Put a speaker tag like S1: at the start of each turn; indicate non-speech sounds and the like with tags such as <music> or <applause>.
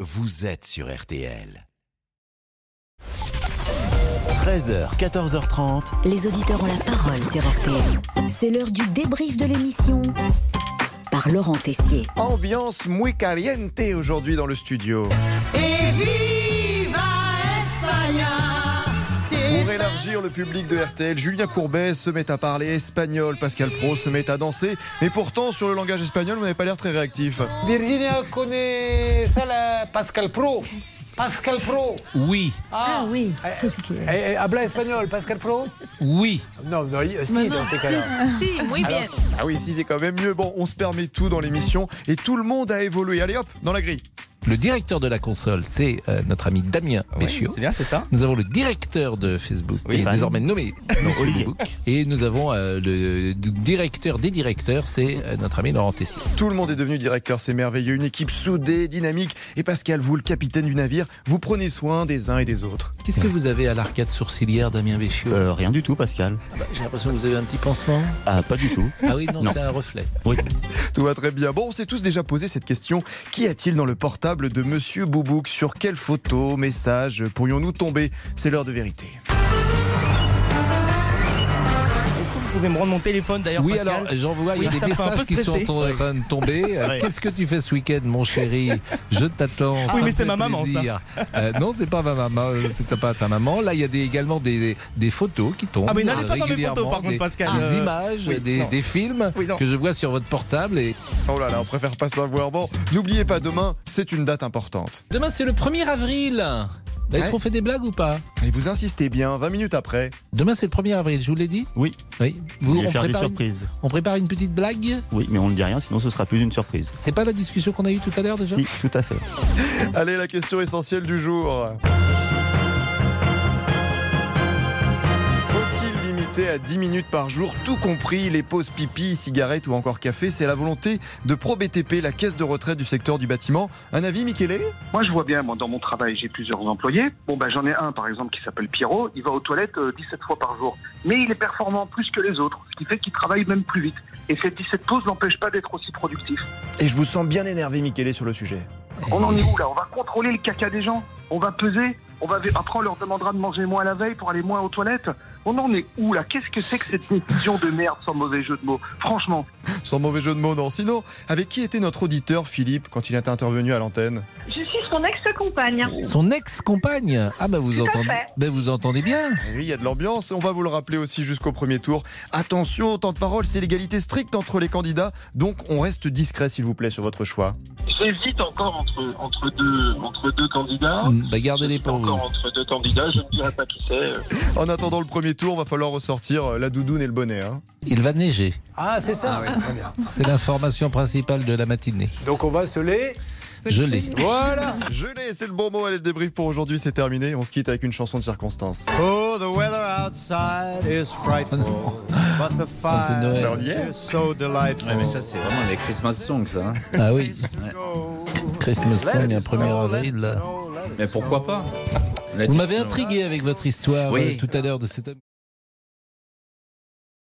S1: vous êtes sur RTL. 13h, 14h30.
S2: Les auditeurs ont la parole sur RTL. C'est l'heure du débrief de l'émission par Laurent Tessier.
S3: Ambiance muy caliente aujourd'hui dans le studio.
S4: Et viva España
S3: Pour élargir le public de RTL, Julien Courbet se met à parler espagnol, Pascal Pro se met à danser, mais pourtant sur le langage espagnol, vous n'avez pas l'air très réactif.
S5: Virginia connaît ça, la Pascal Pro. Pascal Pro.
S6: Oui,
S2: Ah oui,
S5: Eh, eh, habla espagnol, Pascal Pro
S6: oui.
S5: Non, non, il- si, dans ces cas-là.
S7: Si, muy bien.
S3: Ah oui, si c'est quand même mieux. Bon, on se permet tout dans l'émission et tout le monde a évolué. Allez hop, dans la grille.
S6: Le directeur de la console, c'est euh, notre ami Damien Béchiot.
S8: C'est bien, c'est ça
S6: Nous avons le directeur de Facebook, qui est
S8: Stéphane.
S6: désormais nommé Monsieur Facebook. Et nous avons euh, le directeur des directeurs, c'est euh, notre ami Laurent Tessier.
S3: Tout le monde est devenu directeur, c'est merveilleux. Une équipe soudée, dynamique. Et Pascal, vous, le capitaine du navire, vous prenez soin des uns et des autres.
S6: Qu'est-ce que vous avez à l'arcade sourcilière, Damien Béchiot
S8: euh, Rien du tout, Pascal.
S6: J'ai l'impression que vous avez un
S8: <laughs>
S6: petit pansement.
S8: Ah, pas du tout.
S6: Ah oui, non,
S8: Non.
S6: c'est un reflet.
S8: Oui.
S3: Tout va très bien. Bon, on s'est tous déjà posé cette question. Qu'y a-t-il dans le portable de Monsieur Boubouk Sur quelle photo, message pourrions-nous tomber C'est l'heure de vérité.
S9: Est-ce que vous pouvez me rendre mon téléphone d'ailleurs
S6: Oui,
S9: Pascal
S6: alors j'en vois, il y a
S9: Oui,
S6: des
S9: ça me fait un peu
S6: messages qui sont
S9: stresser.
S6: en train de
S9: <laughs>
S6: tomber. Euh,
S8: Ouais.
S6: Qu'est-ce que tu fais ce week-end, mon chéri Je t'attends. ça
S9: Ah Oui,
S6: me
S9: mais c'est
S6: fait
S9: ma maman, ça.
S6: plaisir. Euh, non, c'est pas ma maman, euh, c'est pas ta maman. Là, il y a des- également des, des photos qui tombent.
S9: Ah, mais
S6: euh,
S9: n'allez pas dans mes
S6: régulièrement,
S9: photos, par
S6: des-
S9: contre, Pascal.
S6: Des
S9: Euh,
S6: images,
S9: oui,
S6: des,
S9: non.
S6: des films
S9: Oui, non.
S6: que je vois sur votre portable. Et
S3: Oh là là, on préfère pas savoir. Bon, n'oubliez pas, demain, c'est une date importante.
S6: demain, c'est le 1er avril. Là, Est-ce
S3: Ouais.
S6: qu'on fait des blagues ou pas
S3: Et vous insistez bien, 20 minutes après.
S6: Demain, c'est le 1er avril. Je vous l'ai dit.
S8: Oui.
S6: Oui.
S8: Vous
S6: Vous,
S8: voulez
S6: on,
S8: faire des
S6: prépare une,
S8: surprises.
S6: on prépare une petite blague.
S8: Oui, mais on ne dit rien, sinon ce sera plus d'une surprise.
S6: C'est pas la discussion qu'on a eue tout à l'heure déjà.
S8: Si, tout à fait.
S3: Allez, la question essentielle du jour. Faut-il limiter à 10 minutes par jour, tout compris les pauses pipi, cigarettes ou encore café C'est la volonté de ProBTP, la caisse de retraite du secteur du bâtiment. Un avis, Michele
S10: Moi, je vois bien, moi, dans mon travail, j'ai plusieurs employés. Bon, ben, j'en ai un, par exemple, qui s'appelle Pierrot. Il va aux toilettes euh, 17 fois par jour. Mais il est performant plus que les autres, ce qui fait qu'il travaille même plus vite. Et cette 17 pauses n'empêche pas d'être aussi productif.
S3: Et je vous sens bien énervé, Michele, sur le sujet.
S10: On en est où, là On va contrôler le caca des gens On va peser on va... Après, on leur demandera de manger moins la veille pour aller moins aux toilettes On en est où, là Qu'est-ce que c'est que cette décision de merde, sans mauvais jeu de mots Franchement,
S3: Sans mauvais jeu de mots, non. Sinon, avec qui était notre auditeur, Philippe, quand il était intervenu à l'antenne
S7: Je suis son ex-compagne.
S6: Son ex-compagne. Ah bah vous
S7: Tout à
S6: entendez.
S7: fait.
S6: Ben vous entendez bien.
S3: Eh Oui, il y a de l'ambiance. On va vous le rappeler aussi jusqu'au premier tour. Attention, au temps de parole, c'est l'égalité stricte entre les candidats. Donc, on reste discret, s'il vous plaît, sur votre choix.
S10: j'hésite encore entre, entre, deux, entre deux candidats.
S6: Mm, Bah gardez-les pour vous.
S10: entre deux candidats, je ne dirai pas qui c'est. euh.
S3: En attendant le premier tour, va falloir ressortir euh, la doudoune et le bonnet. hein.
S6: Il va neiger.
S5: Ah, c'est ça. Très bien.
S6: C'est l'information principale de la matinée.
S5: Donc on va se les.
S6: Je l'ai.
S3: Voilà, je l'ai, c'est le bon mot. Allez, le débrief pour aujourd'hui, c'est terminé. On se quitte avec une chanson de circonstance.
S8: Oh, the weather outside is
S6: <laughs>
S8: frightful,
S6: Oh,
S8: but the
S6: Ah, c'est Noël.
S3: Alors, hier,
S8: so delightful.
S9: Ouais, mais ça, c'est vraiment les Christmas songs, ça. hein.
S6: Ah oui. Christmas Song, un 1er avril. là.
S9: Mais pourquoi pas
S6: Vous m'avez intrigué avec votre histoire
S9: Oui.
S6: euh, tout à l'heure de cet homme.